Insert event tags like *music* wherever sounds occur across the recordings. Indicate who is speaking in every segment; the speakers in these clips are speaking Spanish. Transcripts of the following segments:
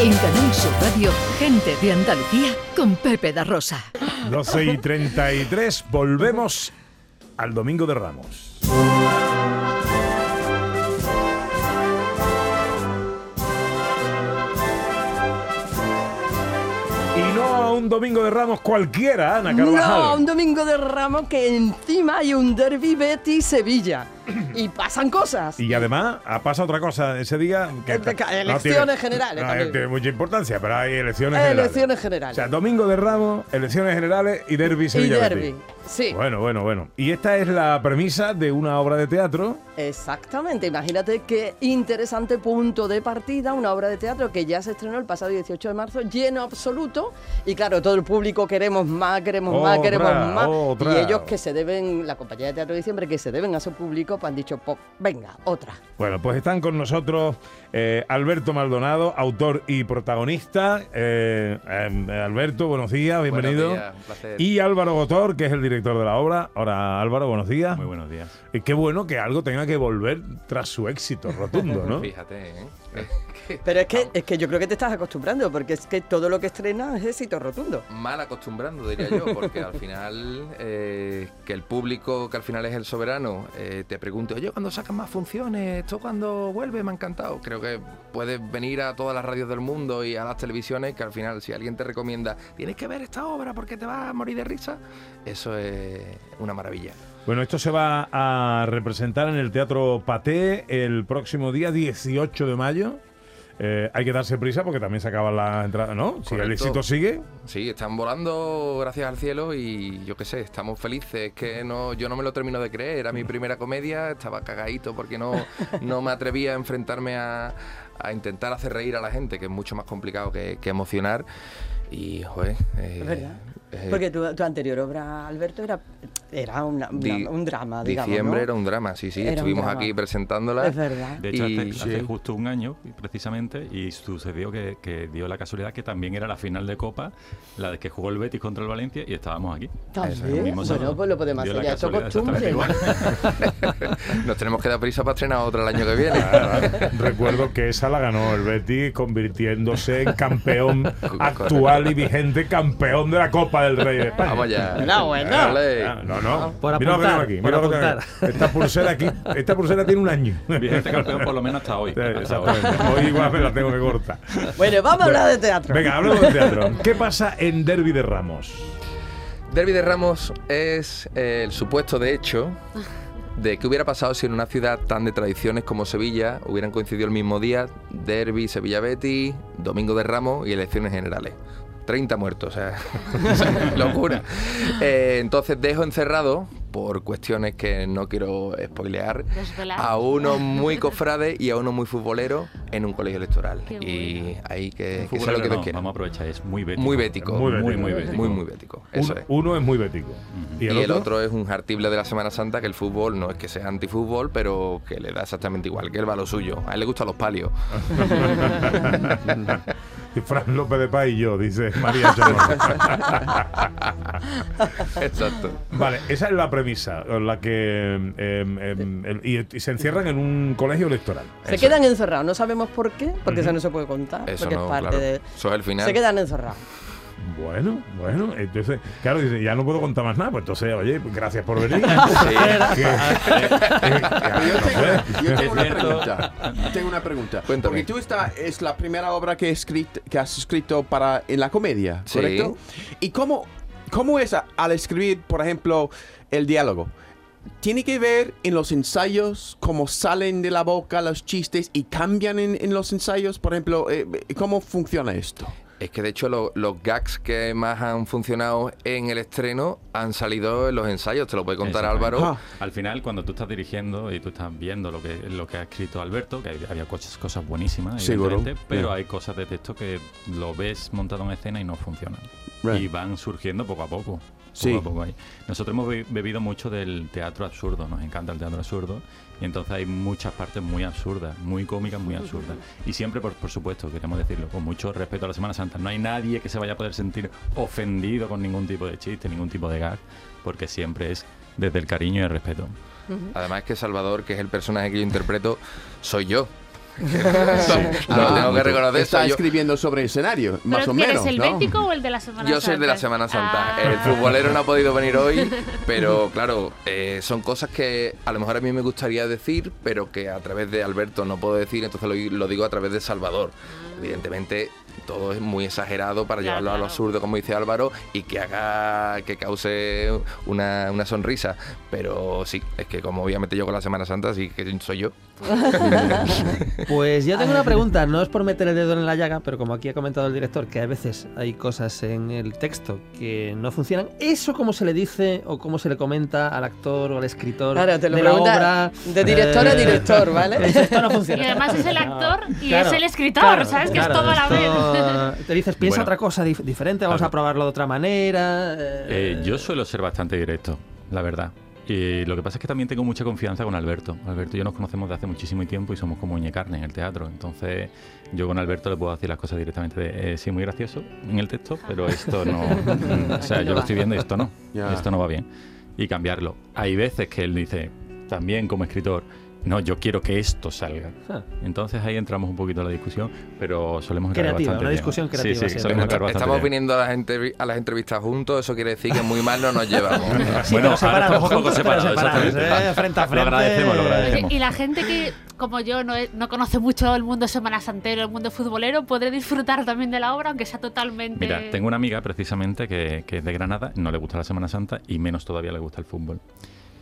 Speaker 1: En Canal Sur Radio, gente de Andalucía con Pepe da Rosa.
Speaker 2: 12 y 33, volvemos al Domingo de Ramos. Y no a un Domingo de Ramos cualquiera, Ana Carvajal.
Speaker 3: No, un domingo de Ramos que encima hay un derby Betis *clears throat* Sevilla. y pasan cosas.
Speaker 2: Y además ha pasado otra cosa ese día.
Speaker 3: Eh, ca-
Speaker 2: no
Speaker 3: elecciones generales
Speaker 2: no,
Speaker 3: también.
Speaker 2: tiene mucha importancia, pero hay elecciones
Speaker 3: Hay
Speaker 2: generales.
Speaker 3: elecciones generales.
Speaker 2: O sea, Domingo de Ramos, elecciones generales y derby Sevilla.
Speaker 3: derbi, sí.
Speaker 2: Bueno, bueno, bueno. Y esta es la premisa de una obra de teatro.
Speaker 3: Exactamente, imagínate qué interesante punto de partida, una obra de teatro que ya se estrenó el pasado 18 de marzo, lleno absoluto, y claro, todo el público queremos más, queremos más,
Speaker 2: Otra,
Speaker 3: queremos más,
Speaker 2: otra.
Speaker 3: y ellos que se deben, la compañía de teatro de diciembre, que se deben a su público, pues han dicho, "Po- venga, otra.
Speaker 2: Bueno, pues están con nosotros eh, Alberto Maldonado, autor y protagonista. Eh, em, Alberto, buenos días, bienvenido.
Speaker 4: días, un placer.
Speaker 2: Y Álvaro Gotor, que es el director de la obra. Ahora, Álvaro, buenos días.
Speaker 4: Muy buenos días.
Speaker 2: Y qué bueno que algo tenga que volver tras su éxito rotundo, ¿no?
Speaker 4: *laughs* Fíjate, ¿eh? Que
Speaker 3: Pero es que, es que yo creo que te estás acostumbrando, porque es que todo lo que estrenas es éxito rotundo.
Speaker 4: Mal acostumbrando, diría yo, porque al final, eh, que el público, que al final es el soberano, eh, te pregunte, oye, ¿cuándo sacan más funciones? ¿Esto cuando vuelve? Me ha encantado. Creo que puedes venir a todas las radios del mundo y a las televisiones, que al final, si alguien te recomienda, tienes que ver esta obra porque te vas a morir de risa, eso es una maravilla.
Speaker 2: Bueno, esto se va a representar en el Teatro Paté el próximo día 18 de mayo. Eh, hay que darse prisa porque también se acaban las entradas, ¿no? Si el
Speaker 4: Correcto.
Speaker 2: éxito
Speaker 4: *laughs*
Speaker 2: sigue.
Speaker 4: Sí, están volando gracias al cielo y yo qué sé, estamos felices. Es que no, yo no me lo termino de creer. Era mi primera comedia, estaba cagadito porque no, no me atrevía a enfrentarme a, a intentar hacer reír a la gente, que es mucho más complicado que, que emocionar. Y, joder. eh,
Speaker 3: Es verdad.
Speaker 4: eh,
Speaker 3: Porque tu, tu anterior obra, Alberto, era, era una- una-
Speaker 4: di-
Speaker 3: un drama, digamos.
Speaker 4: Diciembre
Speaker 3: ¿no?
Speaker 4: era un drama, sí, sí.
Speaker 3: Era un
Speaker 4: estuvimos
Speaker 3: drama.
Speaker 4: aquí presentándola.
Speaker 3: Es verdad.
Speaker 5: De hecho, hace,
Speaker 4: Y-
Speaker 5: hace
Speaker 4: sí.
Speaker 5: justo un año, precisamente, y sucedió que, que dio la casualidad que también era la final de Copa, la de que jugó el Betis contra el Valencia, y estábamos aquí. Eso, el
Speaker 3: También.
Speaker 5: mismo
Speaker 3: Bueno,
Speaker 5: sábado.
Speaker 3: pues lo podemos
Speaker 5: Dio
Speaker 3: hacer
Speaker 5: la
Speaker 3: ya. Esto es
Speaker 5: casualidad
Speaker 3: costumbre.
Speaker 5: exactamente igual. *laughs*
Speaker 4: *laughs* Nos tenemos que dar prisa para estrenar otra el año que
Speaker 5: *laughs*
Speaker 4: viene.
Speaker 2: Recuerdo que esa la ganó el Betis convirtiéndose en
Speaker 4: *laughs*
Speaker 2: campeón actual y vigente campeón de la Copa del Rey de España.
Speaker 4: Vamos ya.
Speaker 3: No, bueno.
Speaker 4: Dale.
Speaker 2: Ah, No, no. Mira lo
Speaker 6: Por
Speaker 2: que tengo
Speaker 6: apuntar,
Speaker 2: aquí, mira
Speaker 6: por
Speaker 2: lo que tengo
Speaker 6: apuntar.
Speaker 2: aquí. Esta pulsera aquí, esta pulsera tiene un año.
Speaker 5: Vigente campeón por lo menos hasta hoy. Hasta hoy.
Speaker 2: *laughs* Exactamente. Hoy igual me la tengo que cortar.
Speaker 3: *laughs* Bueno, vamos a hablar de teatro.
Speaker 2: Venga, hablemos de teatro. ¿Qué pasa en Derby de Ramos?
Speaker 4: Derby de Ramos es eh, el supuesto de hecho de qué hubiera pasado si en una ciudad tan de tradiciones como Sevilla hubieran coincidido el mismo día Derby, Sevilla Betty, Domingo de Ramos y elecciones generales. 30 muertos, o sea, *laughs* locura. Eh, entonces dejo encerrado, por cuestiones que no quiero spoilear,
Speaker 7: Desvelar.
Speaker 4: a uno muy cofrade y a uno muy futbolero en un colegio electoral.
Speaker 7: Qué
Speaker 4: Y ahí que, que sea lo
Speaker 5: Futbolero
Speaker 4: que
Speaker 5: no,
Speaker 4: Dios quiera.
Speaker 5: Vamos a aprovechar, es muy bético.
Speaker 4: Muy bético.
Speaker 2: Muy
Speaker 5: Muy,
Speaker 2: bético.
Speaker 5: muy bético.
Speaker 4: Muy, muy bético. Eso
Speaker 2: uno,
Speaker 4: es.
Speaker 2: uno es muy bético.
Speaker 4: Y el, otro? es un jartible de la Semana Santa que el fútbol no es que sea antifútbol, pero que le da exactamente igual, que él va a lo suyo. A él le gustan
Speaker 3: *laughs*
Speaker 4: los palios.
Speaker 2: Y Fran López de Paz y yo, dice María Chamorro.
Speaker 4: Exacto.
Speaker 2: vale, esa es la premisa, con la que em, em, el- y, y se encierran en un colegio electoral.
Speaker 3: Se
Speaker 4: Eso.
Speaker 3: quedan encerrados, no sabemos por qué, porque eso no se puede contar,
Speaker 4: Eso
Speaker 3: porque
Speaker 4: no,
Speaker 3: es parte
Speaker 4: claro.
Speaker 3: de...
Speaker 4: Eso es el final.
Speaker 3: Se quedan encerrados.
Speaker 2: Bueno, bueno, entonces, claro, dice, ya no puedo contar más nada, pues entonces, oye, gracias por venir.
Speaker 4: Sí.
Speaker 2: *laughs* Que-
Speaker 8: Pero yo
Speaker 4: *laughs*
Speaker 8: tengo, yo tengo una
Speaker 5: cierto.
Speaker 8: pregunta. Tengo una pregunta.
Speaker 4: Cuéntame.
Speaker 8: Porque tú esta es la primera obra que, escrit- que has escrito para en la comedia,
Speaker 4: Sí.
Speaker 8: ¿correcto? ¿Y cómo, cómo es a- al escribir, por ejemplo, el diálogo? ¿Tiene que ver en los ensayos cómo salen de la boca los chistes y cambian en, en los ensayos? Por ejemplo, eh, ¿cómo funciona esto?
Speaker 4: Es que de hecho lo- los gags que más han funcionado en el estreno han salido en los ensayos, te lo puede contar
Speaker 5: Exactamente.
Speaker 4: Álvaro.
Speaker 8: Ah.
Speaker 5: Al final, cuando tú estás dirigiendo y tú estás viendo lo que, lo que ha escrito Alberto, que hay- había cosas, cosas buenísimas,
Speaker 8: Seguro.
Speaker 5: evidentemente, pero
Speaker 8: Yeah.
Speaker 5: hay cosas de texto que lo ves montado en escena y no funcionan.
Speaker 8: Right.
Speaker 5: Y van surgiendo poco a poco. poco
Speaker 8: Sí.
Speaker 5: a poco ahí. Nosotros hemos be- bebido mucho del teatro absurdo, nos encanta el teatro absurdo, y entonces hay muchas partes muy absurdas, muy cómicas, muy absurdas. Y siempre, por, por supuesto, queremos decirlo, con mucho respeto a la Semana Santa, no hay nadie que se vaya a poder sentir ofendido con ningún tipo de chiste, ningún tipo de gag, porque siempre es desde el cariño y el respeto.
Speaker 4: Además que Salvador, que es el personaje que yo *laughs* interpreto, soy yo. Ah, tengo que reconocer eso.
Speaker 8: Está
Speaker 4: Yo,
Speaker 8: escribiendo sobre escenario, más
Speaker 6: ¿Pero
Speaker 8: o
Speaker 6: tú eres
Speaker 8: menos,
Speaker 6: el
Speaker 8: ¿no?
Speaker 6: bético o el de la Semana Santa?
Speaker 4: yo soy el de la Semana Santa.
Speaker 6: Ah.
Speaker 4: El futbolero no ha podido venir
Speaker 6: *laughs*
Speaker 4: hoy, pero claro, eh, son cosas que a lo mejor a mí me gustaría decir, pero que a través de Alberto no puedo decir, entonces lo, lo digo a través de Salvador. Evidentemente, todo es muy exagerado para
Speaker 6: Claro,
Speaker 4: llevarlo a lo
Speaker 6: Ah. claro.
Speaker 4: absurdo, como dice Álvaro, y que haga que cause una, una sonrisa. Pero sí, es que como obviamente yo con la Semana Santa, sí que soy yo.
Speaker 7: Pues yo tengo una pregunta, no es por meter el dedo en la llaga, pero como aquí ha comentado el director, que a veces hay cosas en el texto que no funcionan, ¿eso cómo se le dice o cómo se le comenta al actor o al escritor
Speaker 3: Claro, te lo
Speaker 7: de la
Speaker 3: pregunta
Speaker 7: obra? eh,
Speaker 3: de director
Speaker 4: eh,
Speaker 3: a director, ¿vale?
Speaker 7: Dice, Esto no funciona.
Speaker 6: *laughs* Y además es el actor y es el escritor,
Speaker 7: claro,
Speaker 6: ¿sabes? que es
Speaker 7: claro,
Speaker 6: todo a la vez.
Speaker 7: esto, eh, Te dices, piensa
Speaker 5: Bueno.
Speaker 7: otra cosa dif- diferente, vamos
Speaker 5: Claro.
Speaker 7: a probarlo de otra manera. eh,
Speaker 5: Eh, yo suelo ser bastante directo, la verdad. Y lo que pasa es que también tengo mucha confianza con Alberto. Alberto y yo nos conocemos de hace muchísimo tiempo y somos como uña y carne en el teatro. Entonces, yo con Alberto le puedo decir las cosas directamente de, eh, sí, muy gracioso en el texto, pero esto no. o sea, yo lo estoy viendo y esto no.
Speaker 8: Ya.
Speaker 5: Esto no va bien. Y cambiarlo. Hay veces que él dice, también como escritor, no, yo quiero que esto salga.
Speaker 7: Ah.
Speaker 5: Entonces ahí entramos un poquito en la discusión, pero solemos acabar
Speaker 7: Creativa,
Speaker 5: bastante
Speaker 7: una
Speaker 5: bien.
Speaker 7: discusión creativa
Speaker 5: Sí, sí,
Speaker 7: siempre.
Speaker 5: solemos acabar bastante
Speaker 4: Estamos
Speaker 5: bien.
Speaker 4: viniendo a las, entrevi- a las entrevistas juntos, eso quiere decir que muy mal no nos llevamos.
Speaker 5: *laughs*
Speaker 7: Sí,
Speaker 5: bueno,
Speaker 7: pero
Speaker 5: ahora
Speaker 7: separados,
Speaker 5: estamos un poco
Speaker 7: juntos, pero
Speaker 5: separados,
Speaker 7: separados,
Speaker 5: exactamente.
Speaker 7: ¿eh? Frente a
Speaker 5: Lo agradecemos, lo
Speaker 7: frente.
Speaker 5: agradecemos. *laughs*
Speaker 6: Oye, y la gente que, como yo, no, es- no conoce mucho el mundo Semana Santero, el mundo futbolero, podré disfrutar también de la obra, aunque sea totalmente...
Speaker 5: Mira, tengo una amiga precisamente que, que es de Granada, no le gusta la Semana Santa y menos todavía le gusta el fútbol.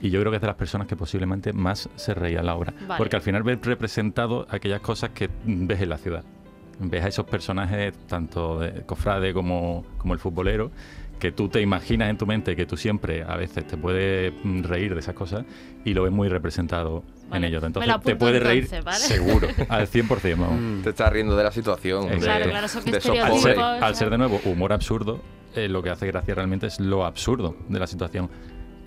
Speaker 5: Y yo creo que es de las personas que posiblemente más se reía en la obra.
Speaker 6: Vale.
Speaker 5: Porque al final ves representado aquellas cosas que ves en la ciudad. Ves a esos personajes, tanto de cofrade como, como el futbolero, que tú te imaginas en tu mente que tú siempre a veces te puedes mm, reír de esas cosas y lo ves muy representado en
Speaker 6: Vale,
Speaker 5: ellos.
Speaker 6: me lo
Speaker 5: Entonces te
Speaker 6: apunto
Speaker 5: puedes reír
Speaker 6: entonces, ¿vale? *laughs*
Speaker 5: seguro, al 100%. Vamos.
Speaker 4: Te estás riendo de la situación.
Speaker 5: Claro,
Speaker 4: de,
Speaker 6: claro, son
Speaker 4: de esos
Speaker 5: al
Speaker 6: estereotipos.
Speaker 5: ser,
Speaker 4: pobres.
Speaker 5: al ser de nuevo humor absurdo, eh, lo que hace gracia realmente es lo absurdo de la situación.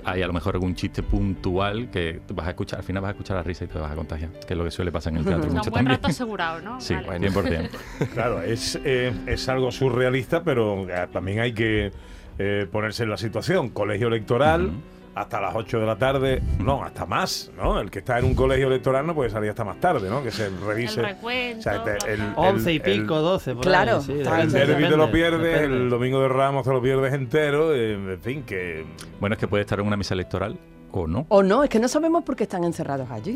Speaker 5: Hay a lo mejor algún chiste puntual que tú vas a escuchar, al final vas a escuchar la risa y te vas a contagiar, que es lo que suele pasar en el
Speaker 6: *laughs*
Speaker 5: teatro
Speaker 6: O sea,
Speaker 5: mucho
Speaker 6: un buen
Speaker 5: también.
Speaker 6: rato asegurado,
Speaker 5: *laughs*
Speaker 6: ¿no?
Speaker 5: Sí,
Speaker 6: Vale.
Speaker 5: 100%.
Speaker 2: Claro, es, eh, es algo surrealista, pero eh, también hay que eh, ponerse en la situación. Colegio electoral,
Speaker 5: Ujú.
Speaker 2: hasta las 8 de la tarde, no, hasta más, ¿no? El que está en un colegio electoral no puede salir hasta más tarde, ¿no? Que se revise.
Speaker 6: El recuento,
Speaker 2: te-
Speaker 6: bla, bla.
Speaker 7: 11 y
Speaker 2: el- el-
Speaker 7: pico, 12. por
Speaker 3: Claro,
Speaker 7: ahí, sí,
Speaker 3: el
Speaker 2: El
Speaker 7: depende,
Speaker 2: derby te lo
Speaker 7: depende,
Speaker 2: pierdes,
Speaker 7: depende.
Speaker 2: el domingo de Ramos te lo pierdes entero, eh, en fin, que...
Speaker 5: *laughs* Bueno, es que puede estar en una misa electoral o no.
Speaker 3: O no, es que no sabemos por qué están encerrados allí.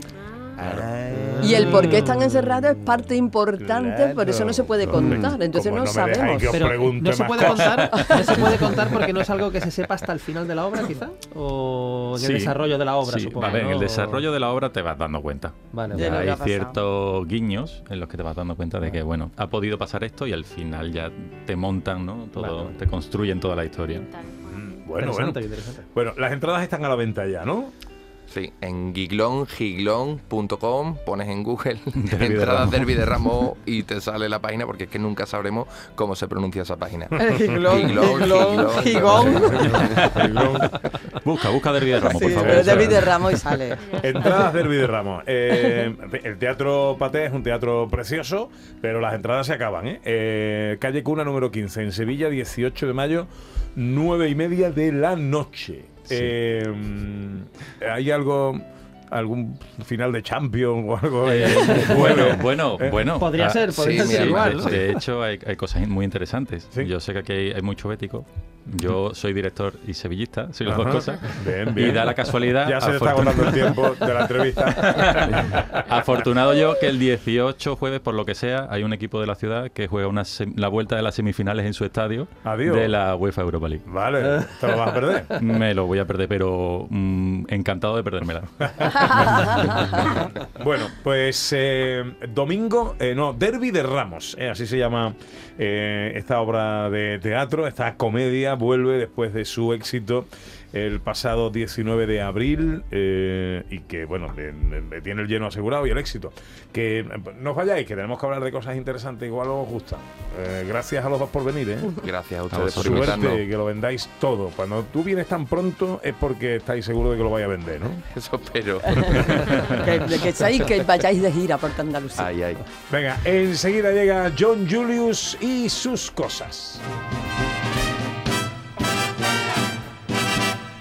Speaker 2: Ah,
Speaker 3: Y el por qué están encerrados es parte importante,
Speaker 2: claro.
Speaker 3: por eso no se puede
Speaker 2: Correcto.
Speaker 3: contar. Entonces
Speaker 2: Como
Speaker 3: no,
Speaker 2: me dejáis
Speaker 3: sabemos.
Speaker 2: que os
Speaker 7: Pero
Speaker 2: pregunte
Speaker 7: no se
Speaker 2: más
Speaker 7: puede
Speaker 2: cosas.
Speaker 7: contar, no se
Speaker 2: *laughs*
Speaker 7: puede contar porque no es algo que se sepa hasta el final de la obra, quizá, o en el
Speaker 5: Sí,
Speaker 7: desarrollo de la obra,
Speaker 5: sí,
Speaker 7: supongo.
Speaker 5: a ver, en el
Speaker 7: ¿no?
Speaker 5: desarrollo de la obra te vas dando cuenta.
Speaker 7: Vale,
Speaker 3: De
Speaker 7: vale.
Speaker 3: lo que
Speaker 5: hay
Speaker 3: ha pasado.
Speaker 5: ciertos guiños en los que te vas dando cuenta de que, bueno, ha podido pasar esto y al final ya te montan, ¿no? Todo,
Speaker 7: Vale.
Speaker 5: Te construyen toda
Speaker 3: *laughs*
Speaker 5: la historia.
Speaker 2: Mm, Bueno, bueno.
Speaker 7: Interesante, interesante.
Speaker 2: Bueno, las entradas están a la venta ya, ¿no?
Speaker 4: Sí, en giglon, giglon.com, pones en Google
Speaker 5: de
Speaker 4: entradas
Speaker 5: Ramos.
Speaker 4: derby de Ramos y te sale la página porque es que nunca sabremos cómo se pronuncia esa página.
Speaker 3: *laughs* El Eh, giglón,
Speaker 4: Giglón,
Speaker 3: giglón,
Speaker 4: giglón.
Speaker 3: gigón.
Speaker 2: *laughs*
Speaker 5: Busca, busca Derby de Ramos,
Speaker 3: Sí,
Speaker 5: por favor.
Speaker 2: pero
Speaker 5: O sea,
Speaker 3: David de Ramos y sale.
Speaker 2: Entradas Derby de Ramos. Eh, el Teatro Paté es un teatro precioso, pero las entradas se acaban. ¿eh? Eh, calle Cuna número 15, en Sevilla, 18 de mayo, 9 y media de la noche. Eh, ¿Hay algo, algún final de Champions o algo?
Speaker 5: Eh,
Speaker 7: *laughs*
Speaker 5: bueno, bueno, bueno.
Speaker 7: Eh,
Speaker 5: Ah,
Speaker 7: Podría ser, podría
Speaker 4: sí,
Speaker 7: ser
Speaker 4: mira,
Speaker 7: igual,
Speaker 5: de,
Speaker 7: ¿no?
Speaker 4: sí.
Speaker 5: de hecho, hay, hay cosas muy interesantes.
Speaker 2: Sí.
Speaker 5: Yo sé que aquí hay, hay mucho bético. Yo soy director y sevillista, soy las
Speaker 2: Ajá.
Speaker 5: dos cosas.
Speaker 2: Bien, bien.
Speaker 5: Y da la
Speaker 2: *laughs*
Speaker 5: casualidad.
Speaker 2: Ya se le está
Speaker 5: afortuna-
Speaker 2: agotando el tiempo de la entrevista.
Speaker 5: *laughs* Afortunado yo que el 18 jueves, por lo que sea, hay un equipo de la ciudad que juega una sem- la vuelta de las semifinales en su estadio
Speaker 2: Adiós.
Speaker 5: de la UEFA Europa League.
Speaker 2: Vale, te lo vas a perder.
Speaker 5: Me lo voy a perder, pero mm, encantado de perdérmela.
Speaker 2: Bueno, pues eh, domingo, eh, no, Derby de Ramos, eh, así se llama eh, esta obra de teatro, esta comedia vuelve después de su éxito el pasado 19 de abril eh, y que, bueno, le, le- le tiene el lleno asegurado y el éxito. Que eh, no os vayáis, que tenemos que hablar de cosas interesantes, igual os gustan. Eh, gracias a los dos por venir, ¿eh?
Speaker 4: *laughs* Gracias a
Speaker 5: A
Speaker 4: ustedes por
Speaker 5: vosotros.
Speaker 4: invitarnos.
Speaker 2: Suerte, que lo vendáis todo. Cuando tú vienes tan pronto es porque estáis seguros de que lo vais a vender, ¿no?
Speaker 4: Eso espero.
Speaker 3: Que, de que, seáis- que vayáis de gira por Andalucía.
Speaker 4: Ay, ay.
Speaker 2: Venga, enseguida llega John Julius y sus cosas.